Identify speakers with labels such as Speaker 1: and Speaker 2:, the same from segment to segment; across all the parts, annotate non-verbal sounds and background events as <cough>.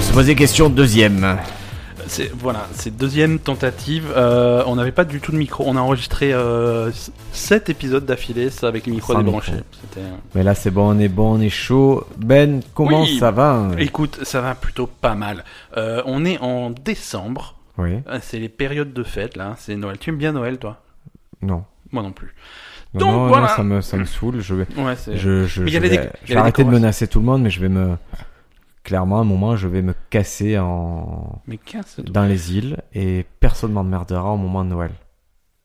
Speaker 1: se poser question deuxième.
Speaker 2: C'est- Voilà, c'est deuxième tentative. Euh, on n'avait pas du tout de micro. On a enregistré euh, sept épisodes d'affilée ça, avec les micros
Speaker 1: Sans
Speaker 2: débranchés.
Speaker 1: micro.
Speaker 2: C'était-
Speaker 1: Mais là, c'est bon, on est bon, on est chaud. Ben, comment
Speaker 2: Oui.
Speaker 1: ça va
Speaker 2: Écoute, ça va plutôt pas mal. Euh, on est en décembre.
Speaker 1: Oui,
Speaker 2: Ah, C'est les périodes de fête là. C'est Noël. Tu aimes bien Noël, toi
Speaker 1: non.
Speaker 2: Moi non plus.
Speaker 1: Non,
Speaker 2: Donc,
Speaker 1: non,
Speaker 2: voilà.
Speaker 1: non, ça me, ça me saoule. Je vais,
Speaker 2: Ouais, c'est.
Speaker 1: je, je,
Speaker 2: Mais il y
Speaker 1: je
Speaker 2: a
Speaker 1: vais,
Speaker 2: les déc- il y a
Speaker 1: je
Speaker 2: les
Speaker 1: vais arrêter de
Speaker 2: décorations.
Speaker 1: menacer tout le monde, mais je vais me. Clairement, à un moment, je vais me casser en...
Speaker 2: Mais casse.
Speaker 1: dans les îles et personne m'emmerdera au moment de Noël.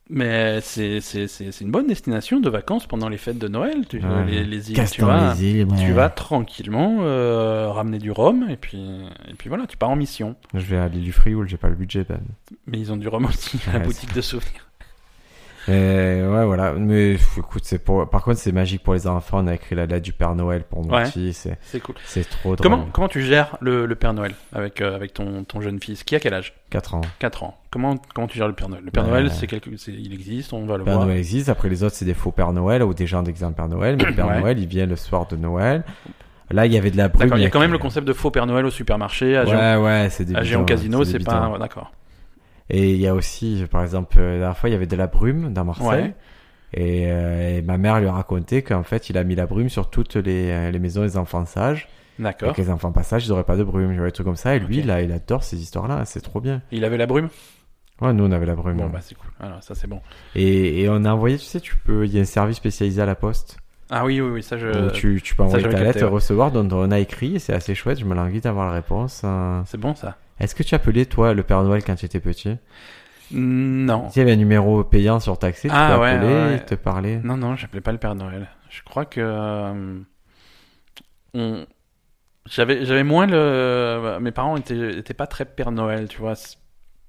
Speaker 2: Mais c'est c'est- c'est- c'est une bonne destination de vacances pendant les fêtes de Noël. Tu,
Speaker 1: Ouais.
Speaker 2: les, les îles,
Speaker 1: Casse
Speaker 2: tu
Speaker 1: dans
Speaker 2: vas,
Speaker 1: les îles. ouais.
Speaker 2: tu vas tranquillement euh, ramener du rhum et puis et puis voilà, tu pars en mission.
Speaker 1: Je vais à l'île du Frioul, j'ai pas le budget, Ben.
Speaker 2: Mais ils ont du rhum aussi à la
Speaker 1: Ouais,
Speaker 2: boutique de souvenirs.
Speaker 1: Et ouais, voilà. Mais pff, écoute, c'est pour. Par contre, c'est magique pour les enfants. On a écrit la lettre du Père Noël pour nos
Speaker 2: Ouais.
Speaker 1: petits. C'est,
Speaker 2: C'est cool.
Speaker 1: c'est trop drôle.
Speaker 2: Comment comment tu gères le, le Père Noël avec euh, avec ton, ton jeune fils qui a quel âge
Speaker 1: 4 ans.
Speaker 2: 4 ans. Comment comment tu gères le Père Noël Le Père
Speaker 1: Ben,
Speaker 2: Noël, c'est quelque c'est- il existe, on va le
Speaker 1: Père
Speaker 2: voir.
Speaker 1: Noël existe. Après, les autres, c'est des faux Père Noël ou des gens d'exemple Père Noël.
Speaker 2: <coughs>
Speaker 1: Mais le Père
Speaker 2: Ouais.
Speaker 1: Noël, il vient le soir de Noël. Là, il y avait de la brume.
Speaker 2: D'accord, il y a quand même le
Speaker 1: que-
Speaker 2: concept de faux Père Noël au supermarché, à Géant-
Speaker 1: Ouais, ouais, c'est des
Speaker 2: à Géant
Speaker 1: bidons,
Speaker 2: Casino,
Speaker 1: des
Speaker 2: c'est pas
Speaker 1: bidons.
Speaker 2: ouais, d'accord.
Speaker 1: Et il y a aussi, par exemple, euh, la dernière fois, il y avait de la brume dans Marseille.
Speaker 2: Ouais.
Speaker 1: Et, euh, et ma mère lui a raconté qu'en fait, il a mis la brume sur toutes les, euh, les maisons des enfants sages. Et
Speaker 2: D'accord.
Speaker 1: que les enfants pas sages, ils auraient pas de brume. Il y avait des trucs comme ça. Et lui,
Speaker 2: Ok.
Speaker 1: là, il adore ces histoires-là. C'est trop bien.
Speaker 2: Il avait la brume
Speaker 1: Ouais, nous, on avait la brume.
Speaker 2: Bon
Speaker 1: ouais.
Speaker 2: bah c'est cool. Alors ça c'est bon.
Speaker 1: et, et on a envoyé, tu sais, tu peux, il y a un service spécialisé à la poste.
Speaker 2: Ah oui, oui, oui, ça je.
Speaker 1: Où tu, tu peux envoyer
Speaker 2: j'avais
Speaker 1: ta
Speaker 2: capté,
Speaker 1: lettre,
Speaker 2: ouais.
Speaker 1: recevoir, dont on a écrit, et c'est assez chouette, je me l'invite à avoir la réponse. Euh,
Speaker 2: C'est bon ça
Speaker 1: Est-ce que tu appelais, toi, le Père Noël quand tu étais petit
Speaker 2: Non.
Speaker 1: Tu sais, il y avait un numéro payant sur taxi, tu
Speaker 2: Ah,
Speaker 1: peux
Speaker 2: ouais,
Speaker 1: appeler,
Speaker 2: ouais, ouais.
Speaker 1: il te parlait.
Speaker 2: Non, non, j'appelais pas le Père Noël. Je crois que. euh, on... J'avais j'avais moins le. Mes parents étaient, étaient pas très Père Noël, tu vois. C'est-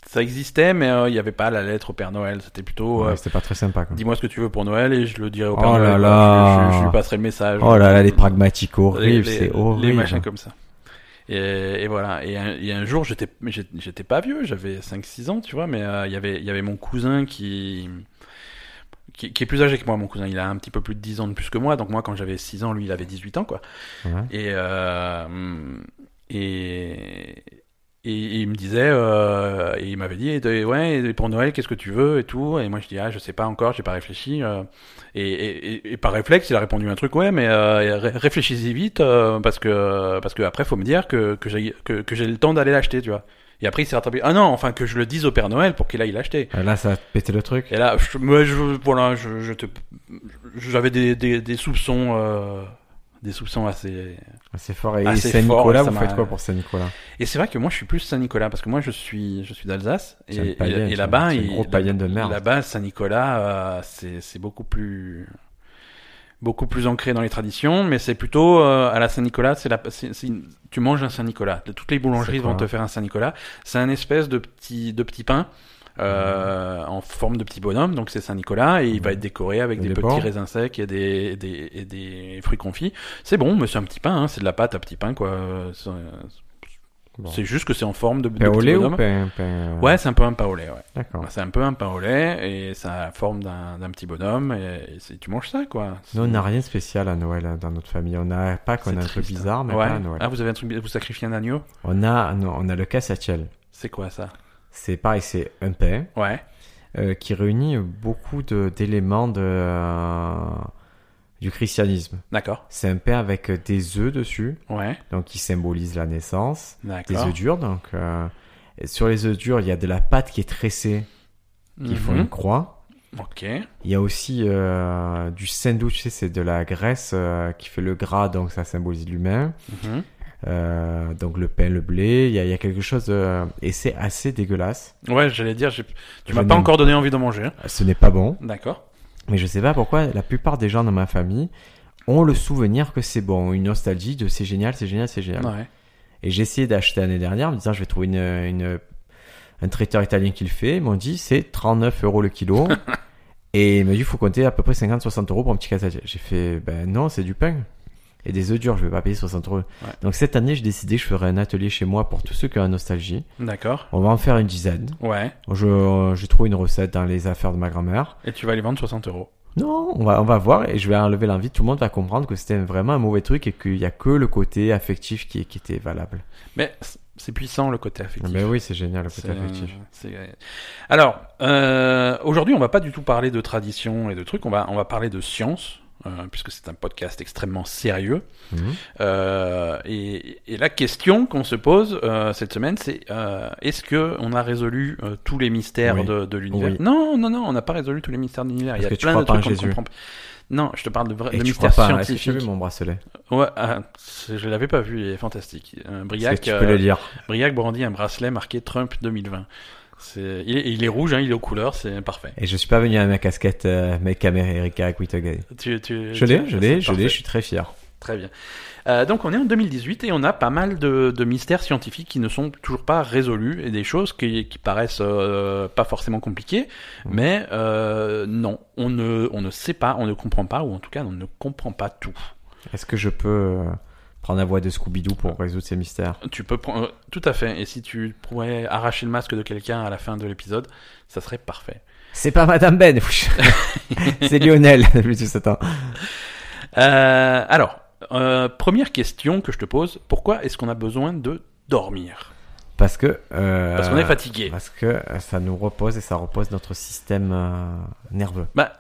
Speaker 2: Ça existait, mais euh, il n'y avait pas la lettre au Père Noël. C'était plutôt. euh,
Speaker 1: Ouais, C'était pas très sympa, quoi.
Speaker 2: Dis-moi ce que tu veux pour Noël et je le dirai au Père
Speaker 1: Oh là
Speaker 2: Noël. quoi.
Speaker 1: là.
Speaker 2: Je, je- je lui passerai le message.
Speaker 1: Oh là là, les pragmatiques
Speaker 2: Les-
Speaker 1: horribles,
Speaker 2: les-
Speaker 1: c'est horrible.
Speaker 2: Les machins comme ça. Et, et voilà. Et un, et un jour, j'étais, j'étais j'étais pas vieux, j'avais 5-6 ans, tu vois, mais euh, il y avait, il y avait mon cousin qui, qui, qui est plus âgé que moi, mon cousin. Il a un petit peu plus de 10 ans de plus que moi, donc moi, quand j'avais 6 ans, lui, il avait 18 ans, quoi.
Speaker 1: Ouais.
Speaker 2: Et, euh, et, et il me disait, euh, et il m'avait dit, et de- ouais, et pour Noël, qu'est-ce que tu veux et tout. Et moi, je dis, ah, je sais pas encore, j'ai pas réfléchi. euh. et, et- et- et par réflexe, il a répondu un truc, ouais, mais euh, ré- réfléchis-y vite, euh, parce que parce que après, faut me dire que que j'ai que, que j'ai le temps d'aller l'acheter, tu vois. Et après, il s'est rattrapé. Ah non, enfin que je le dise au Père Noël pour qu'il aille l'acheter.
Speaker 1: Ah, Là, ça a pété le truc.
Speaker 2: Et là, je, moi, je, voilà, je, je te, j'avais des, des, des soupçons, euh, des soupçons assez,
Speaker 1: C'est fort. Et
Speaker 2: Ah, c'est fort,
Speaker 1: Saint-Nicolas,
Speaker 2: ça
Speaker 1: vous
Speaker 2: m'a-
Speaker 1: faites quoi pour Saint-Nicolas
Speaker 2: Et c'est vrai que moi je suis plus Saint-Nicolas parce que moi je suis je suis d'Alsace et,
Speaker 1: C'est un
Speaker 2: et-
Speaker 1: païen,
Speaker 2: et
Speaker 1: c'est un-
Speaker 2: là-bas
Speaker 1: c'est un
Speaker 2: il-
Speaker 1: gros païen de merde.
Speaker 2: là-bas Saint-Nicolas euh, c'est c'est beaucoup plus beaucoup plus ancré dans les traditions mais c'est plutôt euh, à la Saint-Nicolas c'est la c'est- c'est une- tu manges un Saint-Nicolas toutes les boulangeries
Speaker 1: C'est quoi
Speaker 2: vont te faire un Saint-Nicolas c'est un espèce de petit de petit pain euh, en forme de petit bonhomme donc c'est Saint-Nicolas et il va être décoré avec
Speaker 1: Mhm. Et
Speaker 2: des
Speaker 1: des
Speaker 2: petits
Speaker 1: bords.
Speaker 2: raisins secs et des et des et des fruits confits c'est bon mais c'est un petit pain hein, c'est de la pâte à petit pain quoi C'est- euh,
Speaker 1: Bon.
Speaker 2: c'est juste que c'est en forme de, de
Speaker 1: Pain au
Speaker 2: petit
Speaker 1: lait ou
Speaker 2: bonhomme.
Speaker 1: pain, pain-
Speaker 2: Ouais, c'est un peu un paolé, ouais.
Speaker 1: D'accord.
Speaker 2: C'est un peu un paolé et ça a la forme d'un d'un petit bonhomme et, et c'est- tu manges ça, quoi.
Speaker 1: Nous, on n'a rien de spécial à Noël hein, dans notre famille. On a pas qu'on
Speaker 2: C'est
Speaker 1: a un truc
Speaker 2: triste. hein.
Speaker 1: bizarre, mais
Speaker 2: Ouais.
Speaker 1: pas à Noël.
Speaker 2: Ah, vous avez un truc, vous sacrifiez un agneau
Speaker 1: On a, non, on a le cassatiel.
Speaker 2: C'est quoi ça
Speaker 1: C'est pareil, c'est un pain
Speaker 2: Ouais.
Speaker 1: euh, qui réunit beaucoup de- d'éléments de, euh, du christianisme.
Speaker 2: D'accord.
Speaker 1: C'est un pain avec des œufs dessus,
Speaker 2: Ouais.
Speaker 1: donc qui symbolise la naissance. Des
Speaker 2: D'accord.
Speaker 1: œufs durs, donc euh, et sur les œufs durs, il y a de la pâte qui est tressée, qui font
Speaker 2: Mhm.
Speaker 1: une croix.
Speaker 2: Ok.
Speaker 1: Il y a aussi euh, du sandwich, tu sais, c'est de la graisse euh, qui fait le gras, donc ça symbolise l'humain.
Speaker 2: Mhm.
Speaker 1: Euh, donc le pain, le blé, il y, a- il y a quelque chose de... Et c'est assez dégueulasse.
Speaker 2: Ouais, j'allais dire, j'ai- tu
Speaker 1: Je
Speaker 2: m'as pas
Speaker 1: n'aime-
Speaker 2: encore donné envie d'en manger. hein.
Speaker 1: Ce n'est pas bon.
Speaker 2: D'accord.
Speaker 1: Mais je sais pas pourquoi la plupart des gens dans ma famille ont le souvenir que c'est bon, une nostalgie de c'est génial, c'est génial, c'est génial.
Speaker 2: Ouais.
Speaker 1: Et j'ai essayé d'acheter l'année dernière en me disant je vais trouver une, une- un traiteur italien qui le fait. Ils m'ont dit c'est 39 euros le kilo. et il m'a dit faut compter à peu près 50-60 euros pour un petit cassatiel. J'ai fait ben non, c'est du pain. Et des œufs durs, je vais pas payer 60 euros. Donc cette année, j'ai décidé que je ferai un atelier chez moi pour tous ceux qui ont la nostalgie.
Speaker 2: D'accord.
Speaker 1: On va en faire une dizaine. euh,
Speaker 2: Ouais.
Speaker 1: Je, j'ai trouvé une recette dans les affaires de ma grand-mère.
Speaker 2: Et tu vas les vendre 60 euros.
Speaker 1: Non, on va, on va voir et je vais enlever l'envie. Tout le monde va comprendre que c'était vraiment un mauvais truc et qu'il n'y a que le côté affectif qui, qui était valable.
Speaker 2: Mais c- c'est puissant le côté affectif.
Speaker 1: Mais oui, c'est génial le côté
Speaker 2: C'est- euh,
Speaker 1: affectif.
Speaker 2: c'est- Alors, euh, aujourd'hui, on va pas du tout parler de tradition et de trucs, on va, on va parler de science, euh, puisque c'est un podcast extrêmement sérieux.
Speaker 1: Mhm.
Speaker 2: Euh, et, et la question qu'on se pose euh, cette semaine, c'est euh, est-ce que on a résolu euh, tous les mystères
Speaker 1: Oui.
Speaker 2: de, de l'univers
Speaker 1: Oui.
Speaker 2: Non, non, non, on n'a pas résolu tous les mystères de l'univers. Il
Speaker 1: Parce
Speaker 2: y a
Speaker 1: que tu
Speaker 2: plein
Speaker 1: crois
Speaker 2: de
Speaker 1: pas
Speaker 2: trucs
Speaker 1: en
Speaker 2: qu'on ne
Speaker 1: Jésus.
Speaker 2: comprend pas. Non, je te parle de, vra-
Speaker 1: Et
Speaker 2: de
Speaker 1: tu crois
Speaker 2: mystères
Speaker 1: pas, hein, est-ce que tu as vu
Speaker 2: scientifiques.
Speaker 1: mon bracelet
Speaker 2: Ouais, ah, c'est- je l'avais pas vu, il est fantastique. Euh,
Speaker 1: Est-ce
Speaker 2: Briac,
Speaker 1: que tu
Speaker 2: euh,
Speaker 1: peux le lire
Speaker 2: Briac brandit un bracelet marqué Trump 2020. C'est, il, est, il est rouge, hein, il est aux couleurs, c'est parfait.
Speaker 1: Et je suis pas venu avec ma casquette euh, Make America Great Again.
Speaker 2: Tu, tu,
Speaker 1: Je l'ai,
Speaker 2: tu-
Speaker 1: je l'ai, je l'ai,
Speaker 2: c'est parfait.
Speaker 1: je suis très fier.
Speaker 2: Très bien. Euh, donc on est en 2018 et on a pas mal de, de mystères scientifiques qui ne sont toujours pas résolus et des choses qui, qui paraissent euh, pas forcément compliquées,
Speaker 1: Mm.
Speaker 2: mais euh, non, on ne, on ne sait pas, on ne comprend pas, ou en tout cas on ne comprend pas tout.
Speaker 1: Est-ce que je peux euh, prendre la voix de Scooby-Doo pour résoudre ces mystères
Speaker 2: Tu peux prendre... euh, Tout à fait, et si tu pouvais arracher le masque de quelqu'un à la fin de l'épisode, ça serait parfait.
Speaker 1: C'est pas Madame Ben, <laughs> c'est Lionel <laughs> depuis tout ce temps.
Speaker 2: Euh, alors, euh, première question que je te pose, pourquoi est-ce qu'on a besoin de dormir
Speaker 1: Parce que. euh,
Speaker 2: Parce qu'on est fatigué.
Speaker 1: Parce que euh, ça nous repose et ça repose notre système euh, nerveux.
Speaker 2: Bah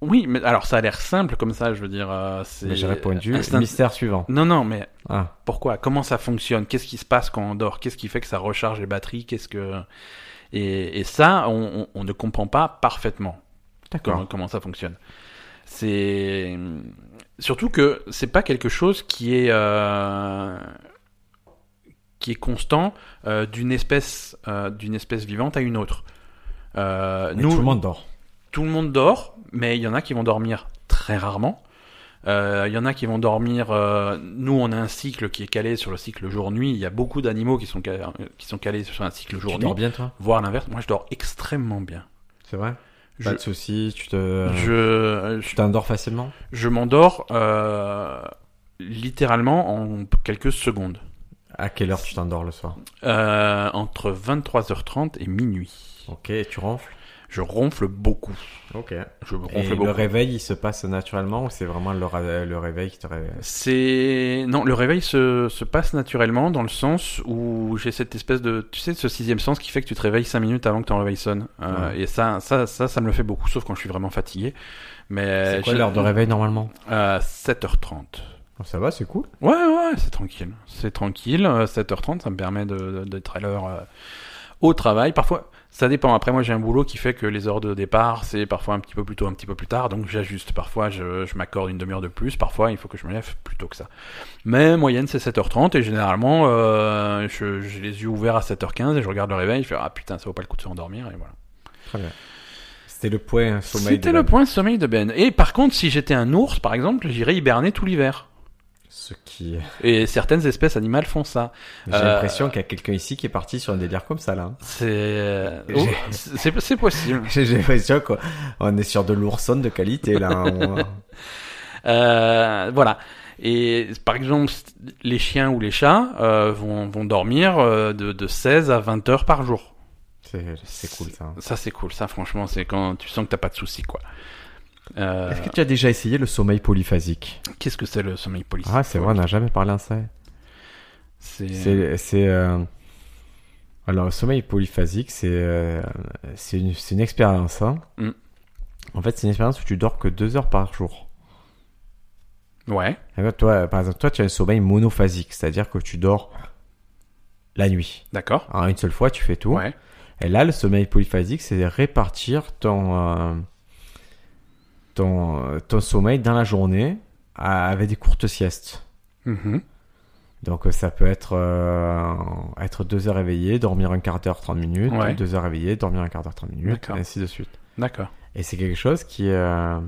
Speaker 2: oui, mais alors ça a l'air simple comme ça, je veux dire. euh, c'est
Speaker 1: Mais j'ai répondu.
Speaker 2: instinct-
Speaker 1: Mystère suivant.
Speaker 2: Non, non, mais
Speaker 1: Ah,
Speaker 2: pourquoi Comment ça fonctionne Qu'est-ce qui se passe quand on dort Qu'est-ce qui fait que ça recharge les batteries Qu'est-ce que et, et ça, on, on- on ne comprend pas parfaitement comment,
Speaker 1: d'accord.
Speaker 2: comment ça fonctionne. C'est surtout que c'est pas quelque chose qui est euh, qui est constant euh, d'une espèce euh, d'une espèce vivante à une autre. Euh,
Speaker 1: Mais Tout le monde dort.
Speaker 2: tout le monde dort, mais il y en a qui vont dormir très rarement. Euh, Il y en a qui vont dormir. euh, nous, on a un cycle qui est calé sur le cycle jour-nuit. Il y a beaucoup d'animaux qui sont calés, qui sont calés sur un cycle
Speaker 1: Tu
Speaker 2: jour-nuit.
Speaker 1: dors bien, toi
Speaker 2: Voire l'inverse. Moi, je dors extrêmement bien.
Speaker 1: C'est vrai
Speaker 2: Je,
Speaker 1: Pas de soucis, tu te.
Speaker 2: je,
Speaker 1: Tu
Speaker 2: je,
Speaker 1: t'endors facilement
Speaker 2: je m'endors euh, littéralement en quelques secondes,
Speaker 1: À quelle heure tu t'endors le soir
Speaker 2: Euh, entre 23h30 et minuit.
Speaker 1: Ok, tu ronfles
Speaker 2: Je ronfle beaucoup.
Speaker 1: Ok.
Speaker 2: Je ronfle
Speaker 1: Et
Speaker 2: beaucoup.
Speaker 1: le réveil, il se passe naturellement ou c'est vraiment le, ra- le réveil qui te réveille
Speaker 2: C'est non, le réveil se, se passe naturellement dans le sens où j'ai cette espèce de tu sais ce sixième sens qui fait que tu te réveilles cinq minutes avant que ton réveil sonne Euh, et ça ça ça ça me le fait beaucoup sauf quand je suis vraiment fatigué. Mais
Speaker 1: C'est quoi
Speaker 2: j'ai-
Speaker 1: l'heure de réveil normalement
Speaker 2: Euh, 7h30.
Speaker 1: Oh, Ça va, c'est cool.
Speaker 2: Ouais ouais, c'est tranquille. C'est tranquille, euh, 7h30 ça me permet de- de- d'être à l'heure euh, au travail parfois ça dépend. Après, moi, j'ai un boulot qui fait que les heures de départ, c'est parfois un petit peu plus tôt, un petit peu plus tard. Donc, j'ajuste. Parfois, je, je m'accorde une demi-heure de plus. Parfois, il faut que je me lève plus tôt que ça. Mais moyenne, c'est 7h30. Et généralement, euh, je- j'ai les yeux ouverts à 7h15 et je regarde le réveil. Je fais Ah putain, ça vaut pas le coup de se endormir. Et voilà.
Speaker 1: Très bien. C'était le point sommeil.
Speaker 2: C'était
Speaker 1: de
Speaker 2: le
Speaker 1: la-
Speaker 2: point sommeil de Ben. Et par contre, si j'étais un ours, par exemple, j'irais hiberner tout l'hiver.
Speaker 1: Ce qui.
Speaker 2: Et certaines espèces animales font ça.
Speaker 1: J'ai
Speaker 2: Euh,
Speaker 1: l'impression qu'il y a quelqu'un ici qui est parti sur un délire comme ça là. hein.
Speaker 2: C'est.
Speaker 1: J'ai-
Speaker 2: Oh, <laughs> c'est c'est possible.
Speaker 1: J'ai j'ai l'impression qu'on est sur de l'ourson de qualité là. hein. On-
Speaker 2: Euh, voilà. Et par exemple, les chiens ou les chats euh, vont, vont dormir euh, de, de 16 à 20 heures par jour.
Speaker 1: C'est c'est cool ça.
Speaker 2: Ça, c'est cool. Ça, franchement, c'est quand tu sens que t'as pas de soucis, quoi. Euh,
Speaker 1: Est-ce que tu as déjà essayé le sommeil polyphasique
Speaker 2: Qu'est-ce que c'est le sommeil policier
Speaker 1: Ah, c'est vrai, on n'a jamais parlé en ça.
Speaker 2: C'est
Speaker 1: C'est. c'est, euh, Alors, le sommeil polyphasique, c'est euh, c'est une, c'est une expérience. hein.
Speaker 2: Mm.
Speaker 1: En fait, c'est une expérience où tu dors que deux heures par jour.
Speaker 2: ouais,
Speaker 1: Et ben, toi, par exemple, toi, tu as un sommeil monophasique, c'est-à-dire que tu dors la nuit.
Speaker 2: d'accord.
Speaker 1: En une seule fois, tu fais tout.
Speaker 2: Ouais,
Speaker 1: Et là, le sommeil polyphasique, c'est répartir ton, euh, ton, euh, ton sommeil dans la journée à- avec des courtes siestes.
Speaker 2: Mhm.
Speaker 1: Donc euh, ça peut être, euh, être deux heures éveillé, dormir un quart d'heure, 30 minutes,
Speaker 2: Ouais.
Speaker 1: deux heures éveillé, dormir un quart d'heure, 30 minutes,
Speaker 2: D'accord.
Speaker 1: et ainsi de suite.
Speaker 2: d'accord.
Speaker 1: Et c'est quelque chose qui, euh,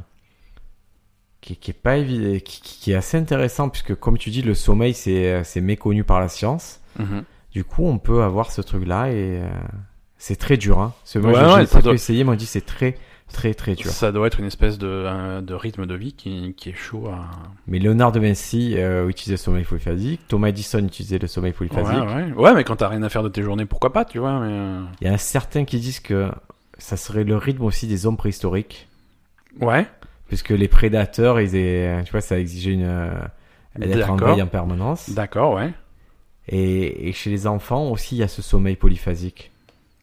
Speaker 1: qui, qui est pas évident, qui, qui- qui est assez intéressant, puisque comme tu dis, le sommeil, c'est euh, c'est méconnu par la science.
Speaker 2: Mhm.
Speaker 1: Du coup, on peut avoir ce truc-là et euh, c'est très dur. Hein. Parce que moi,
Speaker 2: Ouais,
Speaker 1: j'ai-
Speaker 2: ouais,
Speaker 1: j'ai
Speaker 2: ça
Speaker 1: pas
Speaker 2: doit-
Speaker 1: pu essayer, mais on dit c'est très, très, très dur.
Speaker 2: Ça doit être une espèce de, un- de rythme de vie qui, qui est chaud à.
Speaker 1: Mais Léonard de Vinci euh, utilisait le sommeil polyphasique, Thomas Edison utilisait le sommeil
Speaker 2: Ouais,
Speaker 1: polyphasique.
Speaker 2: ouais. ouais, mais quand t'as rien à faire de tes journées, pourquoi pas, tu vois. Mais euh,
Speaker 1: Il y en a certains qui disent que ça serait le rythme aussi des hommes préhistoriques.
Speaker 2: ouais,
Speaker 1: puisque les prédateurs, ils aient- tu vois, ça exigeait une euh, d'être en
Speaker 2: D'accord.
Speaker 1: veille en permanence.
Speaker 2: D'accord, ouais.
Speaker 1: Et, et chez les enfants aussi, il y a ce sommeil polyphasique.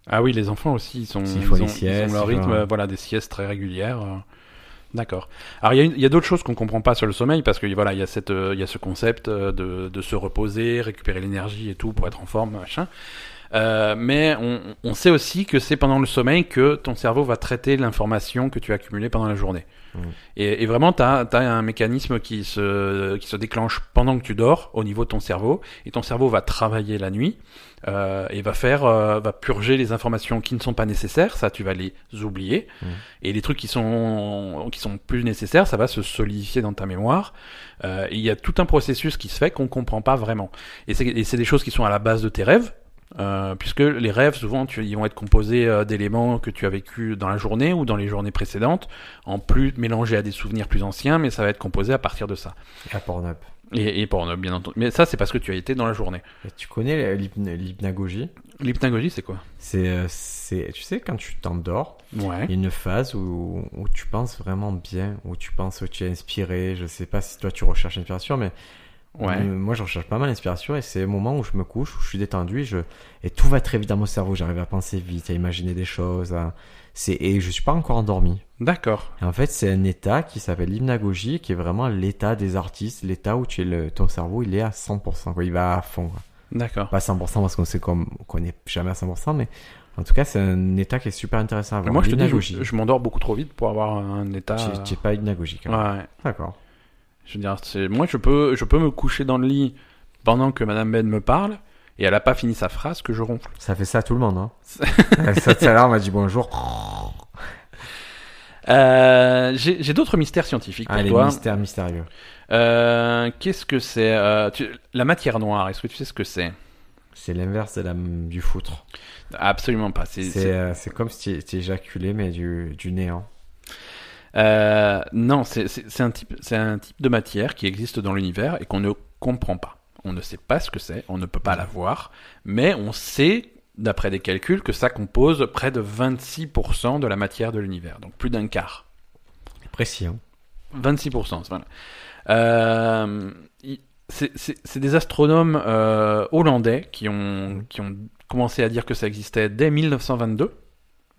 Speaker 2: Ah oui, les enfants aussi, ils, sont,
Speaker 1: S'ils font
Speaker 2: ils
Speaker 1: des
Speaker 2: ont, ils
Speaker 1: siestes,
Speaker 2: ont leur
Speaker 1: ils font-
Speaker 2: rythme, euh, voilà, des siestes très régulières. euh. D'accord. Alors, il y a, une- il y a d'autres choses qu'on comprend pas sur le sommeil, parce que voilà, il y, a cette, euh, il y a ce concept euh, de, de se reposer, récupérer l'énergie et tout pour être en forme, machin. Euh, mais on, on sait aussi que c'est pendant le sommeil que ton cerveau va traiter l'information que tu as accumulée pendant la journée.
Speaker 1: Mm.
Speaker 2: Et, et vraiment, tu as, un mécanisme qui se, qui se déclenche pendant que tu dors au niveau de ton cerveau. Et ton cerveau va travailler la nuit euh, et va faire, euh, va purger les informations qui ne sont pas nécessaires. Ça, tu vas les oublier.
Speaker 1: Mm.
Speaker 2: Et les trucs qui sont, qui sont plus nécessaires, ça va se solidifier dans ta mémoire. Euh, et Il y a tout un processus qui se fait qu'on comprend pas vraiment. Et c'est et c'est des choses qui sont à la base de tes rêves. Euh, puisque les rêves, souvent, tu, ils vont être composés euh, d'éléments que tu as vécu dans la journée ou dans les journées précédentes, en plus mélangés à des souvenirs plus anciens, mais ça va être composé à partir de ça.
Speaker 1: à Pornhub.
Speaker 2: Et, et porno, bien entendu. Mais ça, c'est parce que tu as été dans la journée.
Speaker 1: Et tu connais l'hypn- l'hypnagogie
Speaker 2: L'hypnagogie, c'est quoi
Speaker 1: C'est, euh, c'est, tu sais, quand tu t'endors,
Speaker 2: Ouais.
Speaker 1: il y a une phase où, où tu penses vraiment bien, où tu penses que tu es inspiré. Je sais pas si toi tu recherches l'inspiration, mais
Speaker 2: Ouais.
Speaker 1: euh, moi je recherche pas mal l'inspiration et c'est le moment où je me couche, où je suis détendu et, je, et tout va très vite dans mon cerveau. J'arrive à penser vite, à imaginer des choses. à- c'est, et je suis pas encore endormi.
Speaker 2: D'accord.
Speaker 1: Et en fait, c'est un état qui s'appelle l'hypnagogie, qui est vraiment l'état des artistes, l'état où tu es le, ton cerveau, il est à 100%, quoi. il va à fond. quoi.
Speaker 2: D'accord.
Speaker 1: Pas 100% parce qu'on sait qu'on qu'on n'est jamais à 100%, mais en tout cas, c'est un état qui est super intéressant à
Speaker 2: Mais
Speaker 1: voir.
Speaker 2: moi, je te dis,
Speaker 1: l'hypnagogie.
Speaker 2: je, je m'endors beaucoup trop vite pour avoir un état. euh,
Speaker 1: Tu- Tu n'es pas hypnagogique. hein.
Speaker 2: Ouais.
Speaker 1: D'accord.
Speaker 2: Je veux dire, c'est- moi, je peux, je peux me coucher dans le lit pendant que Madame Ben me parle, et elle a pas fini sa phrase que je ronfle.
Speaker 1: Ça fait ça à tout le monde.
Speaker 2: <laughs>
Speaker 1: Hein. ça, tout à l'heure, on m'a dit bonjour.
Speaker 2: Euh, J'ai j'ai d'autres mystères scientifiques pour
Speaker 1: Allez,
Speaker 2: toi.
Speaker 1: mystère Ah, mystérieux.
Speaker 2: Euh, Qu'est-ce que c'est euh, tu- La matière noire, est-ce que tu sais ce que c'est
Speaker 1: C'est l'inverse de la, du foutre.
Speaker 2: Absolument pas. C'est-
Speaker 1: C'est
Speaker 2: c'est-
Speaker 1: euh, c'est comme si tu éjaculé, mais du, du néant.
Speaker 2: euh, non, c'est- c'est c'est un, type- c'est un type de matière qui existe dans l'univers et qu'on ne comprend pas. On ne sait pas ce que c'est, on ne peut pas la voir, mais on sait, d'après des calculs, que ça compose près de 26% de la matière de l'univers, donc plus d'un quart.
Speaker 1: Précis. hein.
Speaker 2: 26%. Voilà. Euh, il- c'est- c'est c'est des astronomes euh, hollandais qui
Speaker 1: Mm.
Speaker 2: ont, qui ont commencé à dire que ça existait dès 1922.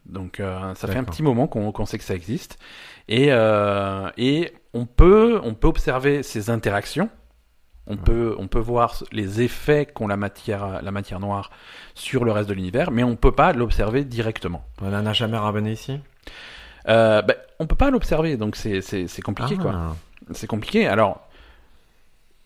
Speaker 2: Donc euh, ça fait un
Speaker 1: D'accord.
Speaker 2: petit moment qu'on qu'on sait que ça existe. Et, euh, et on, peut, on peut observer ces interactions. On, peut, on peut voir les effets qu'ont la matière, la matière noire sur le reste de l'univers, mais on ne peut pas l'observer directement.
Speaker 1: On n'en a jamais ramené ici
Speaker 2: Euh, ben, on peut pas l'observer, donc c'est- c'est c'est compliqué. quoi.
Speaker 1: Ah.
Speaker 2: C'est compliqué. Alors,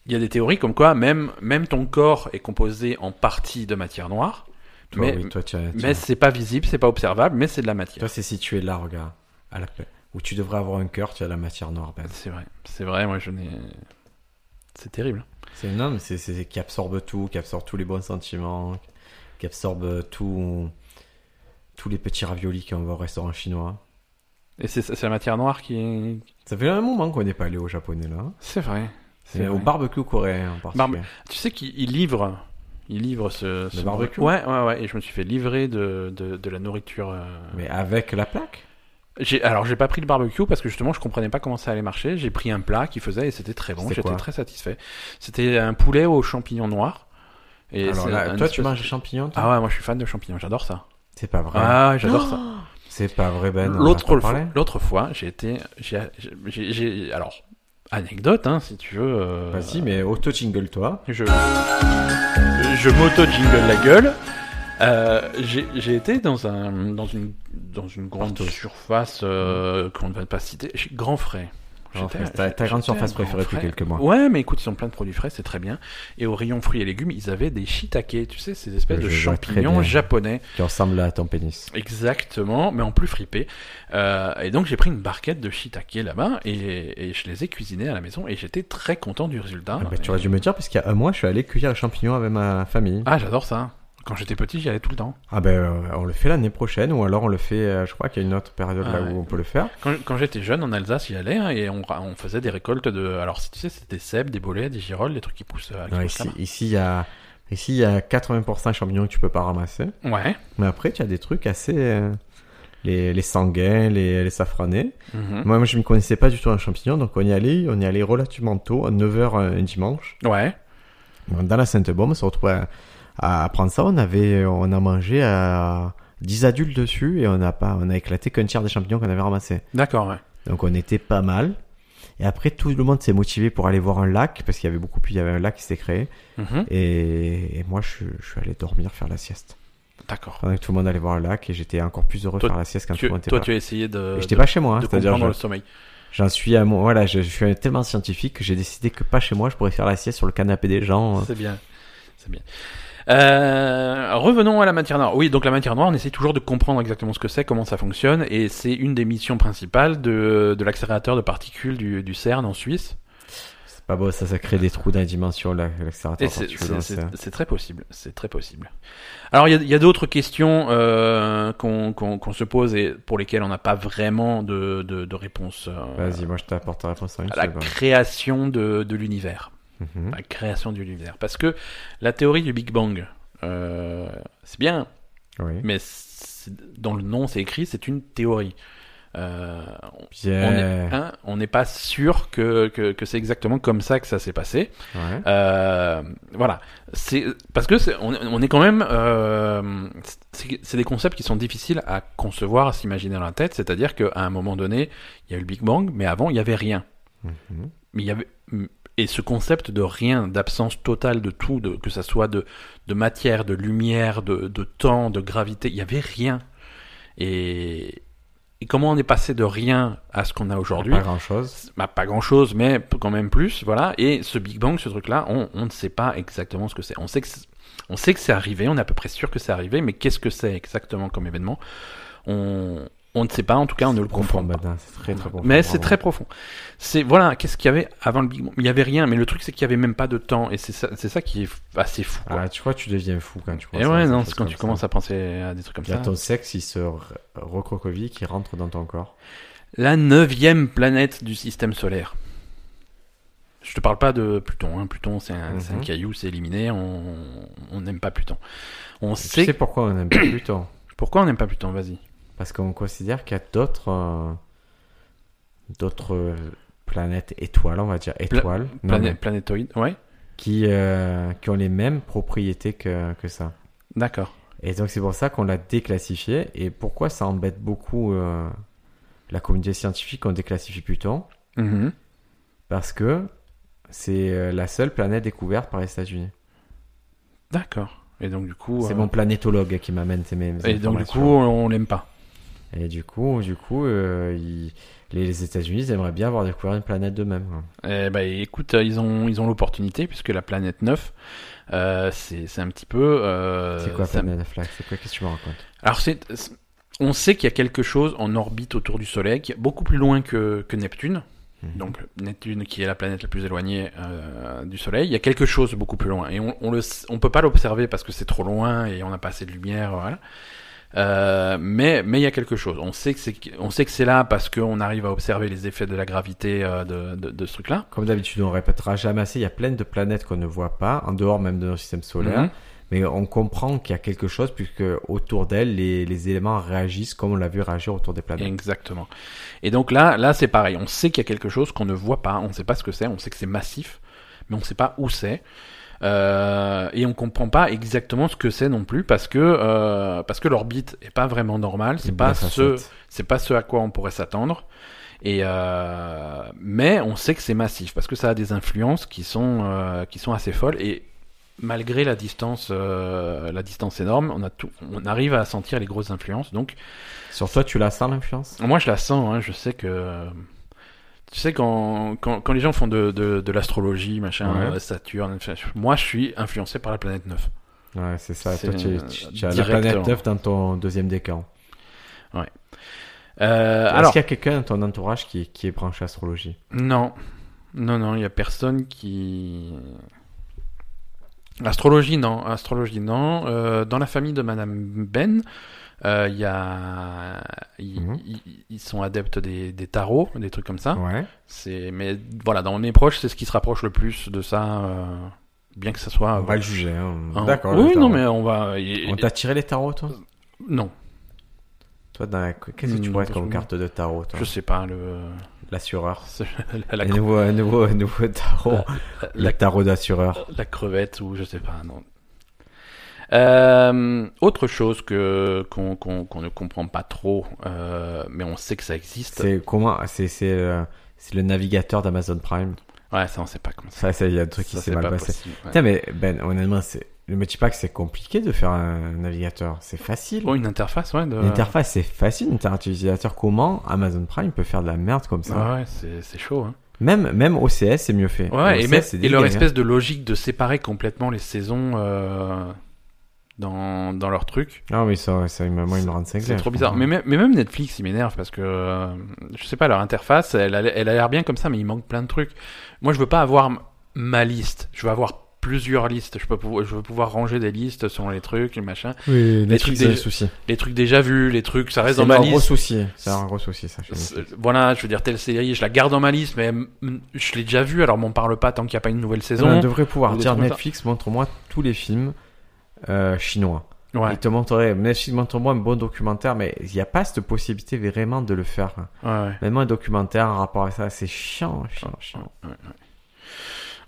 Speaker 2: il y a des théories comme quoi même, même ton corps est composé en partie de matière noire,
Speaker 1: Toi,
Speaker 2: mais,
Speaker 1: oui, toi, tu as- tu
Speaker 2: mais
Speaker 1: as-
Speaker 2: c'est pas visible, c'est pas observable, mais c'est de la matière.
Speaker 1: Toi, c'est situé là, regarde. À la... Où tu devrais avoir un cœur, tu as la matière noire. Ben.
Speaker 2: C'est vrai, c'est vrai, moi je n'ai. C'est terrible.
Speaker 1: C'est un homme, c'est c'est- qui absorbe tout, qui absorbe tous les bons sentiments, qui absorbe tout, tous les petits raviolis qu'on va au restaurant chinois.
Speaker 2: Et c'est c'est la matière noire qui est.
Speaker 1: Ça fait un moment qu'on n'est pas allé au japonais là. hein.
Speaker 2: C'est vrai.
Speaker 1: C'est au
Speaker 2: vrai.
Speaker 1: barbecue coréen en particulier.
Speaker 2: Tu sais qu'il il livre. Il livre ce, ce-
Speaker 1: barbecue
Speaker 2: Ouais, ouais, ouais. Et je me suis fait livrer de, de, de la nourriture. euh,
Speaker 1: Mais avec la plaque
Speaker 2: J'ai- alors j'ai pas pris le barbecue parce que justement je comprenais pas comment ça allait marcher. J'ai pris un plat qui faisait et c'était très bon.
Speaker 1: C'était
Speaker 2: J'étais
Speaker 1: quoi
Speaker 2: très satisfait. C'était un poulet aux champignons noirs. Et
Speaker 1: Alors
Speaker 2: c'est
Speaker 1: là,
Speaker 2: un
Speaker 1: toi, tu
Speaker 2: espèce-
Speaker 1: manges des champignons toi
Speaker 2: Ah ouais, moi je suis fan de champignons. J'adore ça.
Speaker 1: C'est pas vrai.
Speaker 2: Ah, j'adore ça.
Speaker 1: <gasps> C'est pas vrai, Ben. on en a pas
Speaker 2: L'autre fois,
Speaker 1: parlé.
Speaker 2: l'autre fois, j'ai été, j'ai, j'ai- j'ai- alors anecdote, hein, si tu veux. euh,
Speaker 1: Vas-y, mais auto-jingle toi.
Speaker 2: Je, je m'auto-jingle la gueule. Euh, j'ai j'ai été dans, un, dans, une, dans une grande
Speaker 1: Partout.
Speaker 2: surface euh, qu'on ne va pas citer, chez Grand Frais.
Speaker 1: En fait,
Speaker 2: J'étais
Speaker 1: ta,
Speaker 2: à-
Speaker 1: ta grande
Speaker 2: j'étais à
Speaker 1: surface
Speaker 2: Grand
Speaker 1: préférée depuis
Speaker 2: Frais.
Speaker 1: quelques mois.
Speaker 2: Ouais, mais écoute, ils ont plein de produits frais, c'est très bien. Et au rayon fruits et légumes, ils avaient des shiitake, tu sais, ces espèces
Speaker 1: Je
Speaker 2: de
Speaker 1: vois très
Speaker 2: champignons
Speaker 1: bien.
Speaker 2: japonais.
Speaker 1: Qui ressemble à ton pénis.
Speaker 2: Exactement, mais en plus fripé. Euh, et donc j'ai pris une barquette de shiitake là-bas et, et je les ai cuisinés à la maison et j'étais très content du résultat.
Speaker 1: Ah, bah,
Speaker 2: Et-
Speaker 1: tu aurais dû me dire, parce qu'il y a un mois, je suis allé cueillir les champignons avec ma famille.
Speaker 2: Ah, j'adore ça. Quand j'étais petit, j'y allais tout le temps.
Speaker 1: Ah ben euh, on le fait l'année prochaine ou alors on le fait, euh, je crois qu'il y a une autre période
Speaker 2: Ah
Speaker 1: là
Speaker 2: ouais.
Speaker 1: où on peut le faire.
Speaker 2: Quand, quand j'étais jeune, en Alsace, j'y allais hein, et on, ra- on faisait des récoltes de. Alors, si tu sais, c'était des cèpes, des bolets, des girolles, des trucs qui poussent. euh, qui
Speaker 1: Non,
Speaker 2: poussent
Speaker 1: ici,
Speaker 2: là-bas.
Speaker 1: ici, il y a, ici il y a 80% de champignons que tu peux pas ramasser.
Speaker 2: Ouais.
Speaker 1: Mais après tu as des trucs assez, euh, les, les sanguins, les, les safranés.
Speaker 2: Mhm.
Speaker 1: Moi, moi, je ne connaissais pas du tout en champignons, donc on y allait, on y allait relativement tôt, à 9h un dimanche.
Speaker 2: Ouais.
Speaker 1: Donc, Dans la Sainte-Baume, on se retrouvait à, à prendre ça. On, avait, on a mangé à 10 adultes dessus et on a, pas, on a éclaté qu'un tiers des champignons qu'on avait ramassés.
Speaker 2: D'accord, ouais.
Speaker 1: Donc on était pas mal. Et après, tout le monde s'est motivé pour aller voir un lac, parce qu'il y avait beaucoup plus, il y avait un lac qui s'est créé.
Speaker 2: Mhm.
Speaker 1: Et, et moi, je, suis- je suis allé dormir, faire la sieste.
Speaker 2: D'accord.
Speaker 1: Pendant que tout le monde allait voir un lac, et j'étais encore plus heureux de
Speaker 2: Toi-
Speaker 1: faire la sieste quand tout
Speaker 2: Tu-
Speaker 1: le monde était
Speaker 2: Toi,
Speaker 1: pas.
Speaker 2: tu as essayé de,
Speaker 1: Et J'étais
Speaker 2: de-
Speaker 1: pas chez moi, hein,
Speaker 2: de
Speaker 1: c'est-à-dire,
Speaker 2: comprendre le
Speaker 1: je-
Speaker 2: sommeil.
Speaker 1: j'en suis à mon, voilà, je, je suis tellement scientifique que j'ai décidé que pas chez moi, je pourrais faire la sieste sur le canapé des gens.
Speaker 2: C'est bien. C'est bien. Euh, revenons à la matière noire. Oui, donc la matière noire, on essaie toujours de comprendre exactement ce que c'est, comment ça fonctionne, et c'est une des missions principales de, de l'accélérateur de particules du, du CERN en Suisse.
Speaker 1: C'est pas beau, ça, ça crée des trous dans les dimensions, là,
Speaker 2: Et
Speaker 1: l'accélérateur.
Speaker 2: c'est-
Speaker 1: particulier, hein,
Speaker 2: c'est
Speaker 1: c'est-
Speaker 2: c'est- c'est très possible, c'est très possible. Alors il y a, il y a d'autres questions euh, qu'on qu'on- qu'on se pose et pour lesquelles on n'a pas vraiment de, de, de réponse. euh,
Speaker 1: Vas-y, moi, je t'apporte la réponse en une
Speaker 2: à la
Speaker 1: seconde.
Speaker 2: création de, de l'univers.
Speaker 1: Mhm.
Speaker 2: La création de l'univers. Parce que la théorie du Big Bang, euh, c'est bien,
Speaker 1: Oui.
Speaker 2: mais c'est- dans le nom c'est écrit, c'est une théorie. Euh, on
Speaker 1: Bien.
Speaker 2: est- hein, on n'est pas sûr que, que, que c'est exactement comme ça que ça s'est passé.
Speaker 1: Ouais.
Speaker 2: Euh, voilà, c'est parce que c'est- on, on est quand même, euh, c'est c'est des concepts qui sont difficiles à concevoir, à s'imaginer dans la tête. C'est-à-dire qu'à un moment donné, il y a eu le Big Bang, mais avant il y avait rien.
Speaker 1: Mhm.
Speaker 2: Mais il y avait et ce concept de rien, d'absence totale de tout, de, que ça soit de, de matière, de lumière, de, de temps, de gravité, il y avait rien. Et, et comment on est passé de rien à ce qu'on a aujourd'hui
Speaker 1: Pas grand chose.
Speaker 2: bah, pas grand chose, mais p- quand même plus, voilà. Et ce Big Bang, ce truc-là, on, on ne sait pas exactement ce que c'est. On sait que c'est- on sait que c'est arrivé, on est à peu près sûr que c'est arrivé, mais qu'est-ce que c'est exactement comme événement on, on ne sait pas, en tout cas, on ne le comprend pas.
Speaker 1: maintenant, C'est très, très profond,
Speaker 2: mais c'est
Speaker 1: bravo.
Speaker 2: très profond. C'est voilà, qu'est-ce qu'il y avait avant le Big Bang Il y avait rien, mais le truc c'est qu'il y avait même pas de temps, et c'est ça, c'est ça qui est f- assez fou. quoi.
Speaker 1: Ah, tu vois, tu deviens fou quand tu
Speaker 2: et ouais, non, c'est quand tu commences à penser à des trucs comme
Speaker 1: Il y a
Speaker 2: ça.
Speaker 1: ton sexe, il se re- recroqueville, qui rentre dans ton corps.
Speaker 2: La neuvième planète du système solaire. Je te parle pas de Pluton. Hein. Pluton, c'est un,
Speaker 1: Mhm.
Speaker 2: c'est un caillou, c'est éliminé. On on n'aime pas Pluton. On
Speaker 1: Tu
Speaker 2: sait
Speaker 1: sais pourquoi on aime pas Pluton
Speaker 2: pourquoi on n'aime pas Pluton. Vas-y.
Speaker 1: Parce qu'on considère qu'il y a d'autres euh, d'autres euh, planètes étoiles, on va dire étoiles, non,
Speaker 2: Plané-
Speaker 1: mais
Speaker 2: Planétoïde. Ouais.
Speaker 1: qui, euh, qui ont les mêmes propriétés que, que ça.
Speaker 2: D'accord.
Speaker 1: Et donc c'est pour ça qu'on l'a déclassifié. Et pourquoi ça embête beaucoup euh, la communauté scientifique qu'on déclassifie Pluton
Speaker 2: Mhm.
Speaker 1: Parce que c'est euh, la seule planète découverte par les États-Unis.
Speaker 2: D'accord. Et donc du coup.
Speaker 1: C'est
Speaker 2: euh,
Speaker 1: mon planétologue qui m'amène ces mêmes
Speaker 2: Et donc du coup,
Speaker 1: informations.
Speaker 2: on, on l'aime pas.
Speaker 1: Et du coup, du coup, euh, ils- les, les États-Unis ils aimeraient bien avoir découvert une planète hein. d'eux-mêmes. quoi.
Speaker 2: Eh ben, écoute, euh, ils ont ils ont l'opportunité puisque la planète 9, euh, c'est c'est un petit peu. euh,
Speaker 1: C'est quoi
Speaker 2: ça-
Speaker 1: planète flaque C'est quoi Qu'est-ce que tu me racontes
Speaker 2: Alors, c'est, c'est- on sait qu'il y a quelque chose en orbite autour du Soleil, qui est beaucoup plus loin que, que Neptune.
Speaker 1: Mhm.
Speaker 2: Donc, Neptune, qui est la planète la plus éloignée euh, du Soleil, il y a quelque chose beaucoup plus loin. Et on on le s- on peut pas l'observer parce que c'est trop loin et on n'a pas assez de lumière. Voilà. Euh, mais mais il y a quelque chose. On sait que c'est on sait que c'est là parce qu'on arrive à observer les effets de la gravité euh, de, de, de ce truc-là.
Speaker 1: Comme d'habitude, on répétera jamais assez. Il y a plein de planètes qu'on ne voit pas, en dehors même de notre système solaire.
Speaker 2: Mhm.
Speaker 1: Mais on comprend qu'il y a quelque chose, puisque autour d'elles, les, les éléments réagissent comme on l'a vu réagir autour des planètes.
Speaker 2: Exactement. Et donc là, là c'est pareil. On sait qu'il y a quelque chose qu'on ne voit pas. On ne sait pas ce que c'est. On sait que c'est massif, mais on ne sait pas où c'est. Euh, et on comprend pas exactement ce que c'est non plus parce que euh, parce que l'orbite est pas vraiment normale. C'est
Speaker 1: Une
Speaker 2: pas
Speaker 1: belle
Speaker 2: ce
Speaker 1: facette.
Speaker 2: c'est pas ce à quoi on pourrait s'attendre. Et euh, mais on sait que c'est massif parce que ça a des influences qui sont euh, qui sont assez folles et malgré la distance euh, la distance énorme, on a tout on arrive à sentir les grosses influences. Donc
Speaker 1: Sur toi, tu la sens l'influence
Speaker 2: moi, je la sens. hein, je sais que. Tu sais, quand, quand, quand les gens font de, de, de l'astrologie, machin,
Speaker 1: Ouais.
Speaker 2: euh, Saturne, enfin, je- moi, je suis influencé par la planète 9.
Speaker 1: Ouais, c'est ça.
Speaker 2: C'est,
Speaker 1: Toi, tu,
Speaker 2: euh,
Speaker 1: tu- tu as la
Speaker 2: directement.
Speaker 1: planète 9 dans ton deuxième décan.
Speaker 2: Euh,
Speaker 1: Est-ce
Speaker 2: alors,
Speaker 1: qu'il y a quelqu'un dans ton entourage qui, qui est branché astrologie
Speaker 2: non. Non, non, il n'y a personne qui. Astrologie, non. Astrologie, non. Euh, dans la famille de Madame Ben, euh, il y a. ils-
Speaker 1: Mhm.
Speaker 2: ils- Ils sont adeptes des, des tarots, des trucs comme ça.
Speaker 1: Ouais.
Speaker 2: C'est mais voilà dans mes proches c'est ce qui se rapproche le plus de ça euh, bien que ça soit
Speaker 1: On
Speaker 2: euh,
Speaker 1: va le juger. hein.
Speaker 2: un-
Speaker 1: D'accord.
Speaker 2: Oui
Speaker 1: le tarot.
Speaker 2: non mais on va et-
Speaker 1: On t'a tiré les tarots, toi
Speaker 2: non
Speaker 1: Toi, dans la- qu'est-ce que tu
Speaker 2: Hmm,
Speaker 1: pourrais être
Speaker 2: parce
Speaker 1: comme
Speaker 2: que-
Speaker 1: carte de tarot, toi
Speaker 2: Je sais pas, le.
Speaker 1: L'assureur.
Speaker 2: La, la-
Speaker 1: Un nouveau, un nouveau, un nouveau tarot.
Speaker 2: la-
Speaker 1: Le tarot d'assureur.
Speaker 2: la crevette ou je sais pas, non. Euh, autre chose que qu'on qu'on- qu'on ne comprend pas trop, euh, mais on sait que ça existe.
Speaker 1: C'est comment C'est c'est euh, c'est le navigateur d'Amazon Prime.
Speaker 2: Ouais, ça on sait pas comment ça.
Speaker 1: Ça, c'est il y a un truc qui
Speaker 2: ça,
Speaker 1: s'est
Speaker 2: c'est
Speaker 1: mal
Speaker 2: pas
Speaker 1: passé.
Speaker 2: possible, ouais.
Speaker 1: Putain, mais Ben, honnêtement, c'est. Ne me dis pas que c'est compliqué de faire un navigateur. C'est facile.
Speaker 2: Oh, une interface, ouais. De...
Speaker 1: L'interface, c'est facile. L'interface utilisateur, comment Amazon Prime peut faire de la merde comme ça
Speaker 2: Ah ouais, c'est c'est chaud. hein. Même-
Speaker 1: Même, même OCS, c'est mieux fait.
Speaker 2: Ouais,
Speaker 1: OCS,
Speaker 2: et, même-
Speaker 1: c'est hein.
Speaker 2: et leur
Speaker 1: dégueulasse.
Speaker 2: espèce de logique de séparer complètement les saisons euh, dans, dans leur truc.
Speaker 1: Ah oui, ça, ouais, ça il me- moi, il me rend cinglé,
Speaker 2: C'est trop
Speaker 1: je
Speaker 2: bizarre.
Speaker 1: comprends.
Speaker 2: Mais, même- mais même Netflix, il m'énerve parce que, euh, je sais pas, leur interface, elle a, elle a l'air bien comme ça, mais il manque plein de trucs. Moi, je veux pas avoir m- ma liste. Je veux avoir plusieurs listes. Je, peux pouvoir, je veux pouvoir ranger des listes selon les trucs, les machins.
Speaker 1: Oui,
Speaker 2: Les trucs
Speaker 1: Netflix, c'est
Speaker 2: des-
Speaker 1: un souci.
Speaker 2: Les trucs déjà vus, les trucs, ça reste
Speaker 1: C'est
Speaker 2: dans ma
Speaker 1: un gros
Speaker 2: liste.
Speaker 1: souci. C'est un gros souci, ça. chez
Speaker 2: C'est-
Speaker 1: Netflix.
Speaker 2: Voilà, je veux dire, telle série, je la garde dans ma liste, mais mm, je l'ai déjà vue, alors m'en parle pas tant qu'il n'y a pas une nouvelle
Speaker 1: On
Speaker 2: saison.
Speaker 1: devrait
Speaker 2: ou
Speaker 1: pouvoir
Speaker 2: des
Speaker 1: dire
Speaker 2: trucs comme ça.
Speaker 1: Netflix, montre-moi tous les films euh, chinois.
Speaker 2: Ouais,
Speaker 1: Il te montrerait, Netflix, montre-moi un bon documentaire, mais il n'y a pas cette possibilité vraiment de le faire.
Speaker 2: ouais, ouais.
Speaker 1: Même un documentaire en rapport à ça, c'est chiant, chiant, chiant.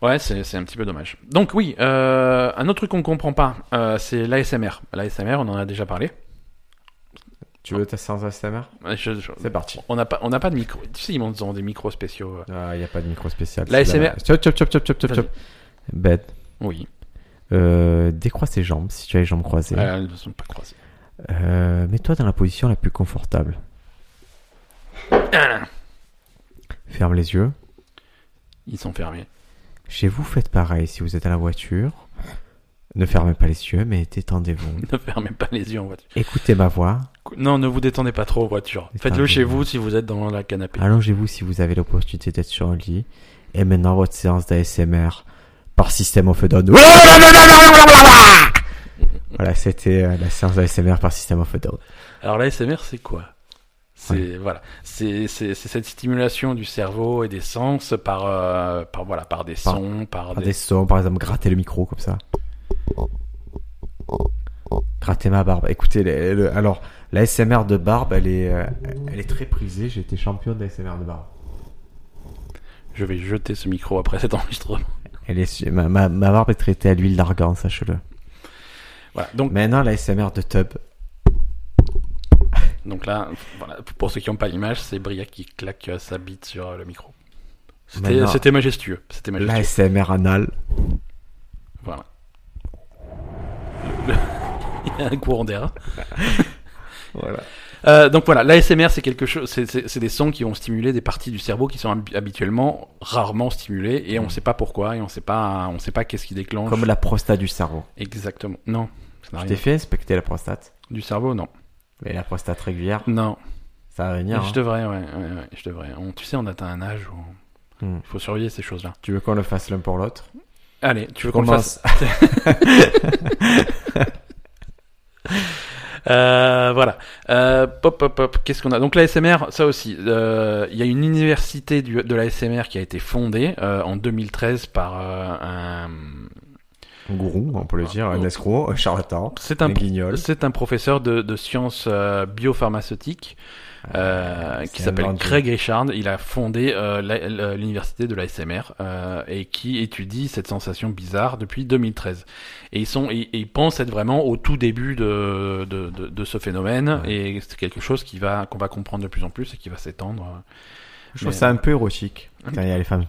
Speaker 2: Ouais, c'est c'est un petit peu dommage. Donc oui, euh, un autre truc qu'on comprend pas, euh, c'est l'ASMR. L'ASMR, on en a déjà parlé.
Speaker 1: Tu veux ta séance ASMR
Speaker 2: Euh, je- je-
Speaker 1: C'est parti.
Speaker 2: on n'a pas, on n'a pas de micro. Tu sais, ils montent dans des micros spéciaux. euh.
Speaker 1: Ah, il n'y a pas de micro spécial.
Speaker 2: La
Speaker 1: c'est
Speaker 2: ASMR.
Speaker 1: Chop, chop, chop, chop, chop, chop, chop. Bête.
Speaker 2: Oui.
Speaker 1: Euh, décroise tes jambes si tu as les jambes croisées.
Speaker 2: Euh, elles ne sont pas croisées.
Speaker 1: Euh, Mets-toi dans la position la plus confortable. Ferme les yeux.
Speaker 2: Ils sont fermés. <laughs>
Speaker 1: Chez vous, faites pareil. Si vous êtes à la voiture, ne fermez pas les yeux, mais
Speaker 2: <laughs>
Speaker 1: détendez-vous.
Speaker 2: Ne fermez pas les yeux en voiture.
Speaker 1: Écoutez ma voix.
Speaker 2: Non, ne vous détendez pas trop en voiture.
Speaker 1: Détendez-vous.
Speaker 2: Faites-le chez vous si vous êtes dans la canapé.
Speaker 1: Allongez-vous si vous avez l'opportunité d'être sur un lit. Et maintenant, votre séance d'ASMR par système of a Down. Voilà, c'était euh, la séance d'ASMR par système of a Down.
Speaker 2: Alors l'ASMR, c'est quoi c'est voilà, c'est c'est- c'est cette stimulation du cerveau et des sens par euh, par voilà par des
Speaker 1: Par-
Speaker 2: sons, par,
Speaker 1: Par
Speaker 2: des,
Speaker 1: des sons, par exemple, gratter le micro comme ça. Gratter ma barbe. Écoutez, les- le- alors, la SMR de barbe, elle est, euh, elle est très prisée. J'ai été champion de la SMR de barbe.
Speaker 2: Je vais jeter ce micro après cet <laughs> enregistrement.
Speaker 1: Elle est, su- ma, ma, ma barbe est traitée à l'huile d'argan, sache-le.
Speaker 2: Voilà. Donc
Speaker 1: Maintenant, la SMR de tub.
Speaker 2: donc là, voilà, pour ceux qui n'ont pas l'image, c'est Briac qui claque euh, sa bite sur euh, le micro. C'était
Speaker 1: Maintenant-
Speaker 2: c'était majestueux. C'était majestueux.
Speaker 1: La SMR anal.
Speaker 2: Voilà. <laughs> Il y a un courant d'air. hein.
Speaker 1: Voilà.
Speaker 2: Euh, donc voilà, l'ASMR, c'est quelque chose, c'est- c'est c'est des sons qui vont stimuler des parties du cerveau qui sont hab- habituellement rarement stimulées et on sait pas pourquoi et on sait pas, on sait pas qu'est-ce qui déclenche.
Speaker 1: Mm. Comme la prostate du cerveau.
Speaker 2: Exactement. Non. ça n'a
Speaker 1: Je
Speaker 2: rien.
Speaker 1: t'ai fait inspecter la prostate.
Speaker 2: Du cerveau, non.
Speaker 1: Mais la prostate régulière,
Speaker 2: Non.
Speaker 1: ça va venir. hein.
Speaker 2: Je devrais, ouais, ouais, ouais, je devrais. On- tu sais, on atteint un âge où il
Speaker 1: Hmm.
Speaker 2: faut surveiller ces choses-là.
Speaker 1: Tu veux qu'on le fasse l'un pour l'autre
Speaker 2: Allez, tu veux qu'on le fasse
Speaker 1: Commence.
Speaker 2: Euh, voilà. Euh, pop, pop, pop. Qu'est-ce qu'on a Donc l'ASMR, ça aussi. euh, Il y a une université du, de l'ASMR qui a été fondée euh, en 2013 par euh, un.
Speaker 1: Un gourou, on peut le
Speaker 2: Ah,
Speaker 1: dire,
Speaker 2: oh.
Speaker 1: un escroc, un charlatan,
Speaker 2: C'est
Speaker 1: un
Speaker 2: un.
Speaker 1: guignol.
Speaker 2: C'est un professeur de, de sciences euh, biopharmaceutiques euh,
Speaker 1: Ah,
Speaker 2: qui
Speaker 1: c'est un
Speaker 2: s'appelle
Speaker 1: bandit.
Speaker 2: Craig Richard. Il a fondé euh, la- la- l'université de l'ASMR euh, et qui étudie cette sensation bizarre depuis 2013. Et ils sont, et, et ils pensent être vraiment au tout début de, de, de, de ce phénomène
Speaker 1: Ouais.
Speaker 2: et c'est quelque chose qui va qu'on va comprendre de plus en plus et qui va s'étendre.
Speaker 1: Je trouve
Speaker 2: Mais- euh,
Speaker 1: ça un peu érotique. Putain, il y a les femmes.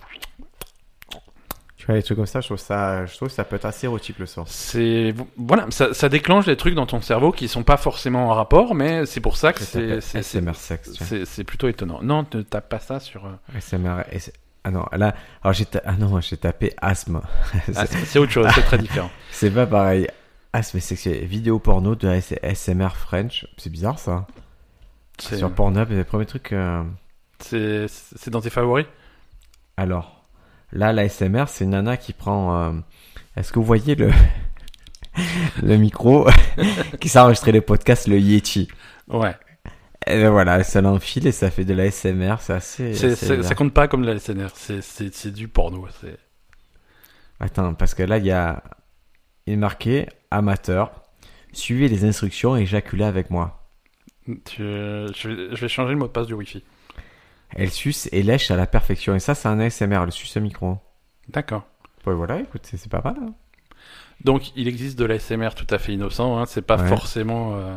Speaker 1: Tu vois, les trucs comme ça, je trouve ça, je trouve que ça peut être assez érotique le sens.
Speaker 2: C'est voilà, ça, ça déclenche des trucs dans ton cerveau qui sont pas forcément en rapport, mais c'est pour ça que
Speaker 1: Ça
Speaker 2: c'est
Speaker 1: s'appelle
Speaker 2: c'est-
Speaker 1: SMR sexe. tu vois.
Speaker 2: c'est c'est plutôt étonnant. Non, ne tape pas ça sur. euh,
Speaker 1: SMR. S- Ah non, là, alors j'ai, ta- ah non, j'ai tapé asthme. C'est-
Speaker 2: ah, c'est c'est autre chose, c'est très différent.
Speaker 1: <laughs> c'est pas pareil. Asthme sexuel, vidéo porno de S- SMR French. C'est bizarre ça.
Speaker 2: C'est
Speaker 1: Sur Pornhub, les premiers trucs. euh,
Speaker 2: c'est- c'est dans tes favoris
Speaker 1: Alors, là, la SMR, c'est une nana qui prend. euh, Est-ce que vous voyez le <laughs> le micro <laughs> qui s'est enregistré le podcast, le Yeti
Speaker 2: Ouais.
Speaker 1: Et ben voilà, ça l'enfile et ça fait de la SMR, c'est assez.
Speaker 2: C'est-
Speaker 1: assez
Speaker 2: c'est-
Speaker 1: bizarre.
Speaker 2: Ça compte pas comme de la SNR, c'est- c'est c'est du porno. c'est-
Speaker 1: Attends, parce que là, il y a. Il est marqué amateur. Suivez les instructions et éjaculez avec moi.
Speaker 2: Tu- euh, je, vais, je vais changer le mot de passe du Wi-Fi.
Speaker 1: Elle suce et lèche à la perfection. Et ça, c'est un ASMR, le suce au micro.
Speaker 2: D'accord.
Speaker 1: Ouais, voilà, écoute, c'est c'est pas mal. hein.
Speaker 2: Donc, il existe de l'ASMR tout à fait innocent. Hein, c'est pas
Speaker 1: Ouais.
Speaker 2: forcément. euh,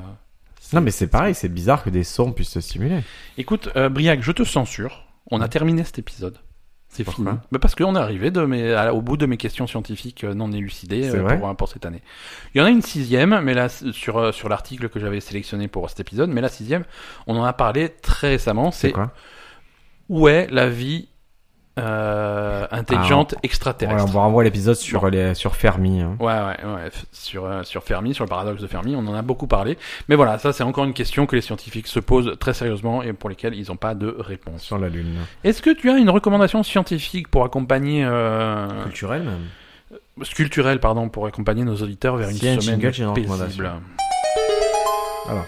Speaker 1: Non, mais c'est pareil, c'est bizarre que des sons puissent se stimuler.
Speaker 2: Écoute, euh, Briac, je te censure. On a terminé cet épisode. C'est
Speaker 1: Pourquoi
Speaker 2: fini. Bah parce qu'on est arrivé de mes, à- au bout de mes questions scientifiques euh, non élucidées
Speaker 1: C'est
Speaker 2: euh,
Speaker 1: vrai
Speaker 2: pour, pour cette année. Il y en a une sixième, mais là, sur, euh, sur l'article que j'avais sélectionné pour cet épisode, mais la sixième, on en a parlé très récemment.
Speaker 1: C'est
Speaker 2: C'est
Speaker 1: quoi
Speaker 2: où est la vie euh, intelligente extraterrestre
Speaker 1: Ouais, Ah, On vous renvoie à l'épisode sur, les, sur Fermi. hein.
Speaker 2: Ouais, ouais, ouais. F- Sur, euh, sur Fermi, sur le paradoxe de Fermi, on en a beaucoup parlé. Mais voilà, ça, c'est encore une question que les scientifiques se posent très sérieusement et pour lesquelles ils n'ont pas de réponse.
Speaker 1: Sur la Lune.
Speaker 2: Est-ce que tu as une recommandation scientifique pour accompagner. Euh,
Speaker 1: Culturel, même.
Speaker 2: culturelle, pardon, pour accompagner nos auditeurs vers une
Speaker 1: S'il y a un
Speaker 2: semaine
Speaker 1: jingle, j'ai une
Speaker 2: paisible
Speaker 1: recommandation. Alors,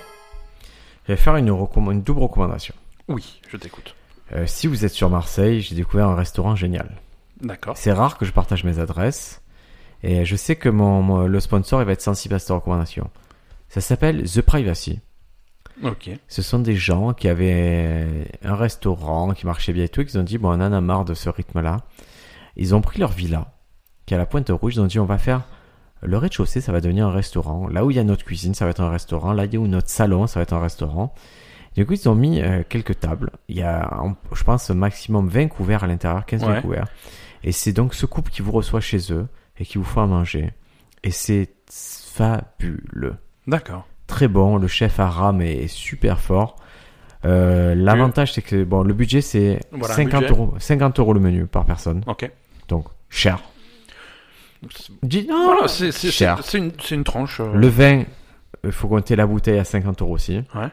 Speaker 1: je vais faire une, recomm- une double recommandation.
Speaker 2: Oui, je t'écoute.
Speaker 1: Euh, si vous êtes sur Marseille, j'ai découvert un restaurant génial.
Speaker 2: D'accord.
Speaker 1: C'est rare que je partage mes adresses. Et je sais que mon, mon- le sponsor il va être sensible à cette recommandation. Ça s'appelle The Privacy.
Speaker 2: Ok.
Speaker 1: Ce sont des gens qui avaient un restaurant qui marchait bien et tout, et qui ont dit, bon, on en a marre de ce rythme-là. Ils ont pris leur villa, qui est à la Pointe Rouge, ils ont dit, on va faire le rez-de-chaussée, ça va devenir un restaurant. Là où il y a notre cuisine, ça va être un restaurant. Là où notre salon, ça va être un restaurant. Du coup, ils ont mis euh, quelques tables. Il y a, en- je pense, maximum 20 couverts à l'intérieur, 15
Speaker 2: Ouais.
Speaker 1: couverts. Et c'est donc ce couple qui vous reçoit chez eux et qui vous fait à manger. Et c'est fabuleux
Speaker 2: D'accord.
Speaker 1: très bon. Le chef Aram est super fort. Euh, L'avantage, c'est que bon, le budget, c'est
Speaker 2: Voilà,
Speaker 1: 50,
Speaker 2: budget.
Speaker 1: euros, 50 euros le menu par personne.
Speaker 2: Ok.
Speaker 1: Donc, cher.
Speaker 2: Donc, c'est-
Speaker 1: Dis- non,
Speaker 2: Voilà, c'est c'est- c'est-
Speaker 1: Oh, cher.
Speaker 2: c'est une, c'est une tranche. euh,
Speaker 1: Le vin, il faut compter la bouteille à 50 euros aussi.
Speaker 2: Ouais.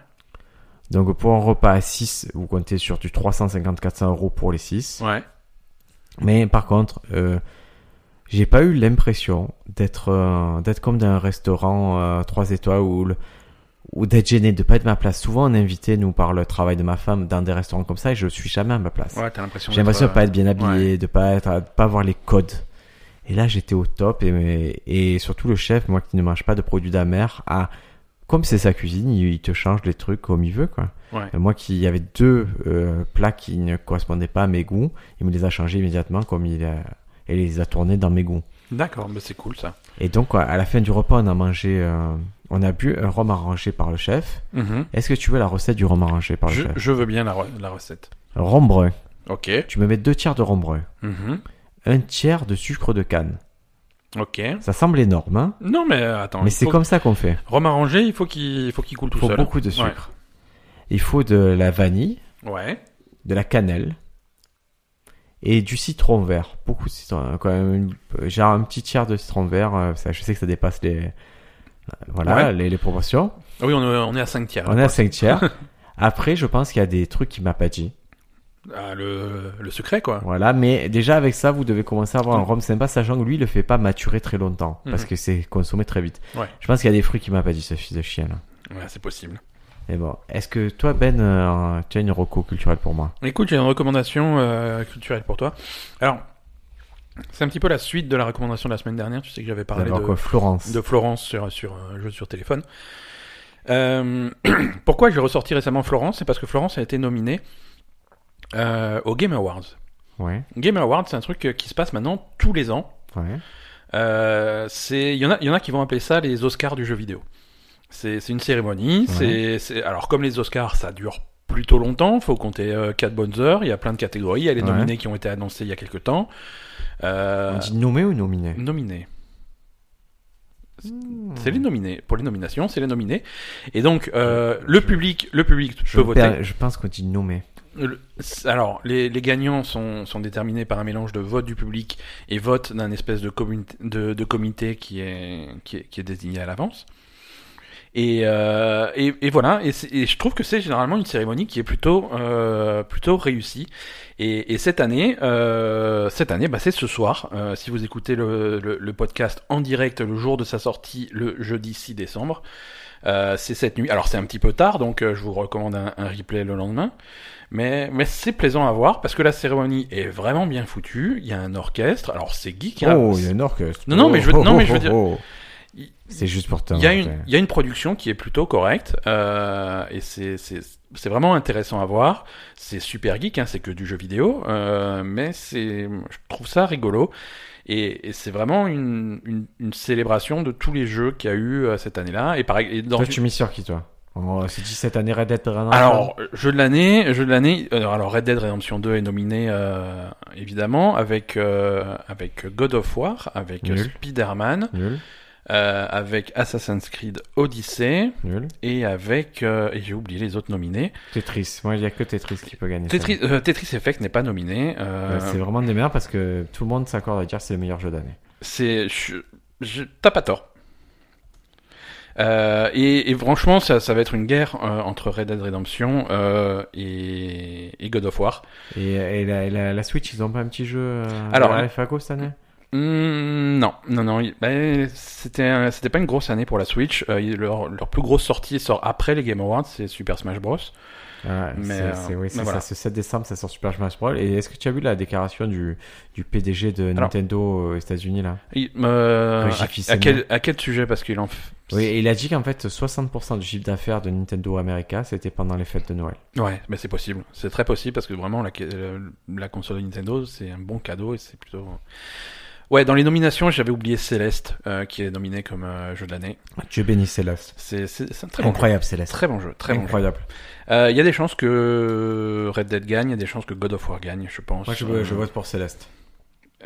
Speaker 1: Donc, pour un repas à 6, vous comptez sur du 350-400 euros pour les 6.
Speaker 2: Ouais.
Speaker 1: Mais par contre, euh, j'ai pas eu l'impression d'être euh, d'être comme dans un restaurant euh, trois étoiles ou le- ou d'être gêné de pas être à ma place. Souvent, on est invité nous par le travail de ma femme dans des restaurants comme ça et je suis jamais à ma place.
Speaker 2: Ouais, t'as l'impression
Speaker 1: j'ai l'impression de
Speaker 2: d'être, euh,
Speaker 1: pas être bien habillé, de pas être de pas avoir les codes. Et là, j'étais au top et et surtout le chef, moi qui ne mange pas de produits d'amers, a comme c'est sa cuisine, il il te change les trucs comme il veut quoi.
Speaker 2: euh, ouais.
Speaker 1: Et Moi qui il y avait deux euh, plats qui ne correspondaient pas à mes goûts, il me les a changés immédiatement comme il a, et les a tournés dans mes goûts.
Speaker 2: D'accord, mais c'est cool ça.
Speaker 1: Et donc à la fin du repas, on a mangé, euh, on a bu un rhum arrangé par le chef.
Speaker 2: Mhm.
Speaker 1: Est-ce que tu veux la recette du rhum arrangé par le
Speaker 2: Je,
Speaker 1: chef
Speaker 2: je veux bien la, re- la recette.
Speaker 1: Rhum brun.
Speaker 2: Ok.
Speaker 1: Tu me mets deux tiers de rhum brun,
Speaker 2: Mhm.
Speaker 1: un tiers de sucre de canne.
Speaker 2: Ok.
Speaker 1: Ça semble énorme, hein
Speaker 2: Non, mais euh, attends.
Speaker 1: mais
Speaker 2: il
Speaker 1: c'est
Speaker 2: faut-
Speaker 1: comme ça qu'on fait.
Speaker 2: Rhum arrangé, il faut qu'il il faut qu'il coule tout
Speaker 1: Il faut
Speaker 2: seul.
Speaker 1: beaucoup de sucre. Il faut de la vanille,
Speaker 2: Ouais.
Speaker 1: de la cannelle et du citron vert. Beaucoup de citron, hein, quand même. une- Genre un petit tiers de citron vert. euh, ça, je sais que ça dépasse les, euh, voilà,
Speaker 2: Ouais.
Speaker 1: les, les proportions.
Speaker 2: Ah oui, on est, on est à 5 tiers.
Speaker 1: On est à 5 tiers.
Speaker 2: <laughs>
Speaker 1: Après, je pense qu'il y a des trucs qu'il m'a pas dit.
Speaker 2: Ah, le, le secret, quoi.
Speaker 1: Voilà, mais déjà avec ça, vous devez commencer à avoir un rhum sympa, sachant que lui, il le fait pas maturer très longtemps parce
Speaker 2: Mhm.
Speaker 1: que c'est consommé très vite.
Speaker 2: Ouais.
Speaker 1: Je pense qu'il y a des fruits qu'il m'a pas dit, ce fils de chien là.
Speaker 2: Ouais, c'est possible.
Speaker 1: Mais bon, est-ce que toi, Ben, euh, tu as une reco culturelle pour moi
Speaker 2: Écoute, j'ai une recommandation euh, culturelle pour toi. Alors, c'est un petit peu la suite de la recommandation de la semaine dernière. Tu sais que j'avais parlé
Speaker 1: D'abord
Speaker 2: de,
Speaker 1: quoi, Florence.
Speaker 2: de Florence sur, sur un jeu sur téléphone. Euh, <clears throat> pourquoi j'ai ressorti récemment Florence C'est parce que Florence a été nominée euh, au Game Awards.
Speaker 1: Ouais,
Speaker 2: Game Awards, c'est un truc euh, qui se passe maintenant tous les ans.
Speaker 1: ouais.
Speaker 2: Euh, c'est il y en a il y en a qui vont appeler ça les Oscars du jeu vidéo. C'est c'est une cérémonie, c'est c'est alors comme les Oscars ça dure plutôt longtemps, faut compter 4 bonnes heures, il y a plein de catégories, il y a les
Speaker 1: Ouais.
Speaker 2: nominés qui ont été annoncés il y a quelques temps. Euh,
Speaker 1: On dit nommé ou nominé
Speaker 2: nominés. C'est les nominés pour les nominations, c'est les nominés. Et donc euh, le
Speaker 1: Je-
Speaker 2: public le public
Speaker 1: Je,
Speaker 2: peut voter.
Speaker 1: per- je pense qu'on dit nommé.
Speaker 2: Le- c'est- Alors, les, les gagnants sont, sont déterminés par un mélange de vote du public et vote d'un espèce de, commun- de, de comité qui est, qui, est, qui est désigné à l'avance. Et, euh, et, et voilà, et, c'est- et je trouve que c'est généralement une cérémonie qui est plutôt, euh, plutôt réussie. Et, et cette année, euh, cette année, bah, c'est ce soir. Euh, si vous écoutez le, le, le podcast en direct le jour de sa sortie, le jeudi 6 décembre, euh, c'est cette nuit. Alors c'est un petit peu tard, donc euh, je vous recommande un, un replay le lendemain. Mais, mais c'est plaisant à voir parce que la cérémonie est vraiment bien foutue. Il y a un orchestre. Alors c'est geek. hein.
Speaker 1: Oh, il y a un orchestre.
Speaker 2: Non, non, mais je veux-
Speaker 1: Oh,
Speaker 2: non, mais
Speaker 1: oh,
Speaker 2: je veux
Speaker 1: oh,
Speaker 2: dire-
Speaker 1: oh.
Speaker 2: Il-
Speaker 1: C'est juste pour te.
Speaker 2: Il y, a
Speaker 1: montrer.
Speaker 2: une, il y a une production qui est plutôt correcte euh, et c'est- c'est c'est vraiment intéressant à voir. C'est super geek, hein, c'est que du jeu vidéo, euh, mais c'est je trouve ça rigolo et, et c'est vraiment une, une, une célébration de tous les jeux qu'il y a eu euh, cette année-là. Et pareil, et dans
Speaker 1: Toi,
Speaker 2: du-
Speaker 1: tu mis sur qui, toi On s'est dit cette année Red Dead Redemption.
Speaker 2: alors, jeu de l'année, jeu de l'année. euh, Alors, Red Dead Redemption 2 est nominé euh, évidemment avec euh, avec God of War, avec euh,
Speaker 1: Nul.
Speaker 2: Spider-Man,
Speaker 1: Nul,
Speaker 2: euh, avec Assassin's Creed Odyssey
Speaker 1: nul.
Speaker 2: et avec euh, et j'ai oublié les autres nominés.
Speaker 1: Tetris. Moi, il n'y a que Tetris qui peut gagner. ça.
Speaker 2: Tetris, euh, Tetris Effect n'est pas nominé. euh,
Speaker 1: Ouais, C'est vraiment des merdes parce que tout le monde s'accorde à dire que c'est le meilleur jeu d'année.
Speaker 2: c'est je, je- t'as pas tort. Euh, et, et franchement, ça, ça va être une guerre euh, entre Red Dead Redemption euh, et, et God of War.
Speaker 1: Et, et la, la- la Switch, ils ont pas un petit jeu euh,
Speaker 2: Alors,
Speaker 1: à la FACO cette année
Speaker 2: Hmm, non, non, non. il- ben, c'était, un- c'était pas une grosse année pour la Switch. Euh, il- leur, leur plus grosse sortie sort après les Game Awards, c'est Super Smash Bros.
Speaker 1: Ah,
Speaker 2: Mais,
Speaker 1: c'est-
Speaker 2: euh,
Speaker 1: c'est- oui, c'est ça,
Speaker 2: mais voilà.
Speaker 1: ce 7 décembre, ça sort Super Smash Bros. Et est-ce que tu as vu la déclaration du, du PDG de
Speaker 2: Alors.
Speaker 1: Nintendo aux États-Unis là
Speaker 2: Il- euh,
Speaker 1: Oui, j'ai
Speaker 2: à-
Speaker 1: fait
Speaker 2: à,
Speaker 1: ça,
Speaker 2: quel,
Speaker 1: moi.
Speaker 2: à quel sujet Parce qu'il en. f-
Speaker 1: Oui, et il a dit qu'en fait 60% du chiffre d'affaires de Nintendo America c'était pendant les fêtes de Noël.
Speaker 2: Ouais, mais c'est possible. C'est très possible parce que vraiment, la, euh, la console de Nintendo, c'est un bon cadeau et c'est plutôt. euh, Ouais, dans les nominations, j'avais oublié Céleste, euh, qui est nominé comme euh, jeu de l'année.
Speaker 1: Dieu bénisse Céleste.
Speaker 2: C'est, c'est, c'est un très bon jeu.
Speaker 1: Incroyable Céleste.
Speaker 2: Très bon jeu, très bon jeu.
Speaker 1: Incroyable.
Speaker 2: Euh, Il y a des chances que Red Dead gagne, il y a des chances que God of War gagne, je pense.
Speaker 1: Moi je,
Speaker 2: Euh,
Speaker 1: je vote pour Céleste.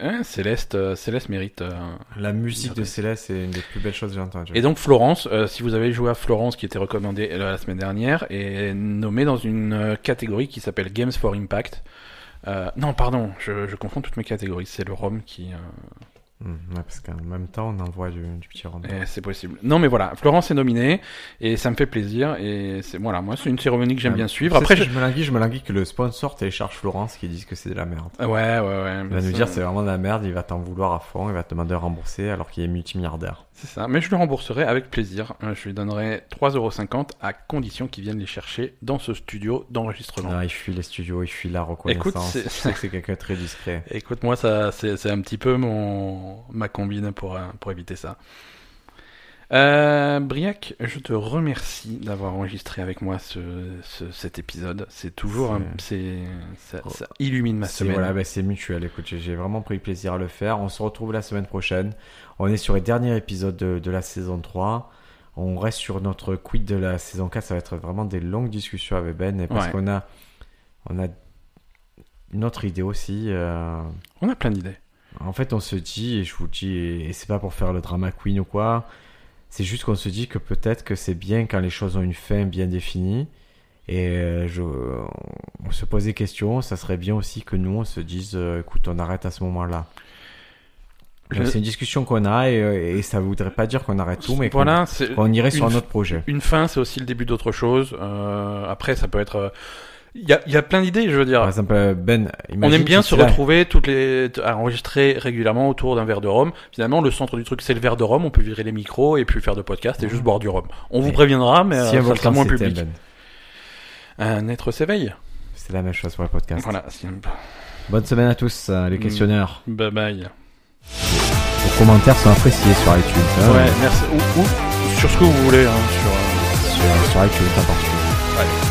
Speaker 2: Hein, Céleste, euh, Céleste mérite. euh.
Speaker 1: La musique de Céleste est une des plus belles choses que j'ai entendues.
Speaker 2: Et donc Florence, euh, si vous avez joué à Florence, qui était recommandée euh, la semaine dernière, est nommée dans une euh, catégorie qui s'appelle Games for Impact. Euh, non, pardon, je, je confonds toutes mes catégories. C'est le ROM qui. euh,
Speaker 1: Hmm, ouais, parce qu'en même temps on envoie du, du petit rond.
Speaker 2: et Eh, c'est possible. Non, mais voilà, Florence est nominée et ça me fait plaisir. Et c'est voilà, moi c'est une cérémonie que j'aime bien suivre. Après,
Speaker 1: je...
Speaker 2: je-
Speaker 1: me languis, je me languis que le sponsor télécharge Florence qui disent que c'est de la merde.
Speaker 2: ouais, ouais, ouais.
Speaker 1: Il va
Speaker 2: mais
Speaker 1: nous
Speaker 2: ça-
Speaker 1: dire c'est vraiment de la merde, il va t'en vouloir à fond, il va te demander à rembourser alors qu'il est multimilliardaire.
Speaker 2: C'est ça, mais je le rembourserai avec plaisir. Euh, Je lui donnerai 3,50€ à condition qu'il vienne les chercher dans ce studio d'enregistrement.
Speaker 1: Ah, il fuit les studios, il fuit la reconnaissance.
Speaker 2: c'est-
Speaker 1: je sais que c'est quelqu'un de très discret.
Speaker 2: Écoute, moi, ça, c'est, c'est un petit peu mon, ma combine pour, euh, pour éviter ça. Euh, Briac, je te remercie d'avoir enregistré avec moi ce, ce- cet épisode. C'est toujours un- c'est, ça, ça illumine <laughs> ma
Speaker 1: Oh. C'est
Speaker 2: semaine.
Speaker 1: voilà, bah, c'est mutuel. Écoute, j'ai- j'ai vraiment pris plaisir à le faire. On se retrouve la semaine prochaine. On est sur les derniers épisodes de, de la saison 3. On reste sur notre quid de la saison 4. Ça va être vraiment des longues discussions avec Ben et parce
Speaker 2: Ouais.
Speaker 1: qu'on a, on a une autre idée aussi. euh,
Speaker 2: On a plein d'idées.
Speaker 1: En fait, on se dit, et je vous le dis, et et c'est pas pour faire le drama queen ou quoi, c'est juste qu'on se dit que peut-être que c'est bien quand les choses ont une fin bien définie. Et euh, je- on se pose des questions, ça serait bien aussi que nous, on se dise, euh, écoute, on arrête à ce moment-là. Donc,
Speaker 2: Je-
Speaker 1: C'est une discussion qu'on a, et, euh, et ça voudrait pas dire qu'on arrête tout, mais qu'on-
Speaker 2: voilà, c'est,
Speaker 1: qu'on irait sur
Speaker 2: une-
Speaker 1: un autre projet.
Speaker 2: une fin, c'est aussi le début d'autre chose. Euh, après, ça peut être. euh, Il y, a, il y a plein d'idées, je veux dire.
Speaker 1: Par exemple, euh, Ben,
Speaker 2: Ah. On
Speaker 1: imagine
Speaker 2: aime bien
Speaker 1: que
Speaker 2: se
Speaker 1: tu l'as-
Speaker 2: retrouver toutes les, t- à enregistrer régulièrement autour d'un verre de rhum. Finalement, le centre du truc, c'est le verre de rhum. On peut virer les micros et puis faire de podcasts et juste boire du rhum. On vous
Speaker 1: Mais
Speaker 2: préviendra, mais
Speaker 1: Si
Speaker 2: euh,
Speaker 1: un
Speaker 2: ça sera
Speaker 1: volcan
Speaker 2: moins
Speaker 1: s'éteint,
Speaker 2: public.
Speaker 1: Ben, bah.
Speaker 2: Un être s'éveille.
Speaker 1: c'est la même chose pour le podcast.
Speaker 2: Voilà. c'est-
Speaker 1: Bonne semaine à tous, euh, les
Speaker 2: Mm.
Speaker 1: questionneurs.
Speaker 2: Bye bye.
Speaker 1: Vos commentaires sont appréciés sur iTunes. hein.
Speaker 2: Ouais, merci. Ou, ou sur ce que vous voulez. hein, sur, euh,
Speaker 1: sur, sur iTunes en particulier.
Speaker 2: ouais.